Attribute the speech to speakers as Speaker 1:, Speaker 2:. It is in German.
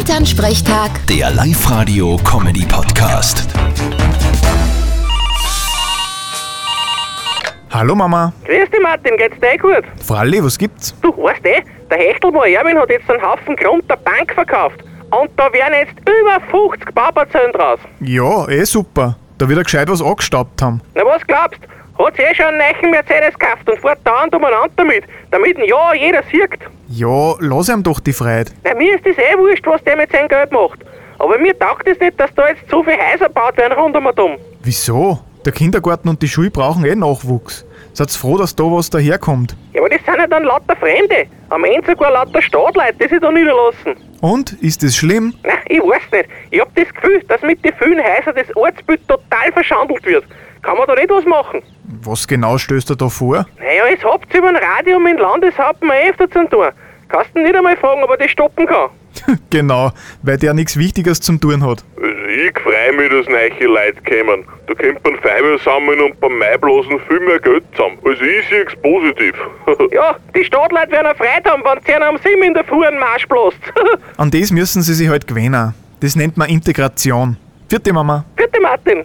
Speaker 1: Elternsprechtag,
Speaker 2: Der Live-Radio-Comedy-Podcast.
Speaker 3: Hallo Mama.
Speaker 4: Grüß dich Martin, geht's dir eh gut?
Speaker 3: Fralli, was gibt's?
Speaker 4: Du weißt eh, der Hechtelmann Erwin hat jetzt einen Haufen Grund der Bank verkauft. Und da werden jetzt über 50 Papazellen draus.
Speaker 3: Ja, eh super. Da wird er gescheit was angestaubt haben.
Speaker 4: Na was glaubst, hat sich eh schon einen neuen Mercedes gekauft und fährt dauernd umeinander damit, damit ihn ja jeder sieht.
Speaker 3: Ja, lass ihm doch die Freiheit.
Speaker 4: Na mir ist das eh wurscht, was der mit seinem Geld macht. Aber mir taugt es nicht, dass da jetzt so viele Häuser gebaut werden rund um und um.
Speaker 3: Wieso? Der Kindergarten und die Schule brauchen eh Nachwuchs. Seid froh, dass da was daherkommt.
Speaker 4: Ja, aber das sind ja dann lauter Fremde. Am Ende sogar lauter Stadtleute, die sich da niederlassen.
Speaker 3: Und, ist es schlimm?
Speaker 4: Na, ich weiß nicht. Ich hab das Gefühl, dass mit den vielen Häusern das Ortsbild total verschandelt wird. Kann man da nicht was machen?
Speaker 3: Was genau stößt er da vor?
Speaker 4: Naja, es habt's über ein Radio mit dem Landeshauptmann eh öfter zu tun. Kannst du nicht einmal fragen, ob er das stoppen kann.
Speaker 3: genau, weil der nichts Wichtiges zum Tun hat.
Speaker 5: Also ich freue mich, dass neue Leute kommen. Da kommt man Feiber sammeln und beim Maiblasen viel mehr Geld zusammen. Also ich sehe es positiv.
Speaker 4: Ja, die Stadtleute werden eine Freude haben, wenn sie einen am 7 in der Früh einen Marsch bläst.
Speaker 3: An das müssen sie sich halt gewöhnen. Das nennt man Integration. Vierte Mama.
Speaker 4: Bitte, Martin.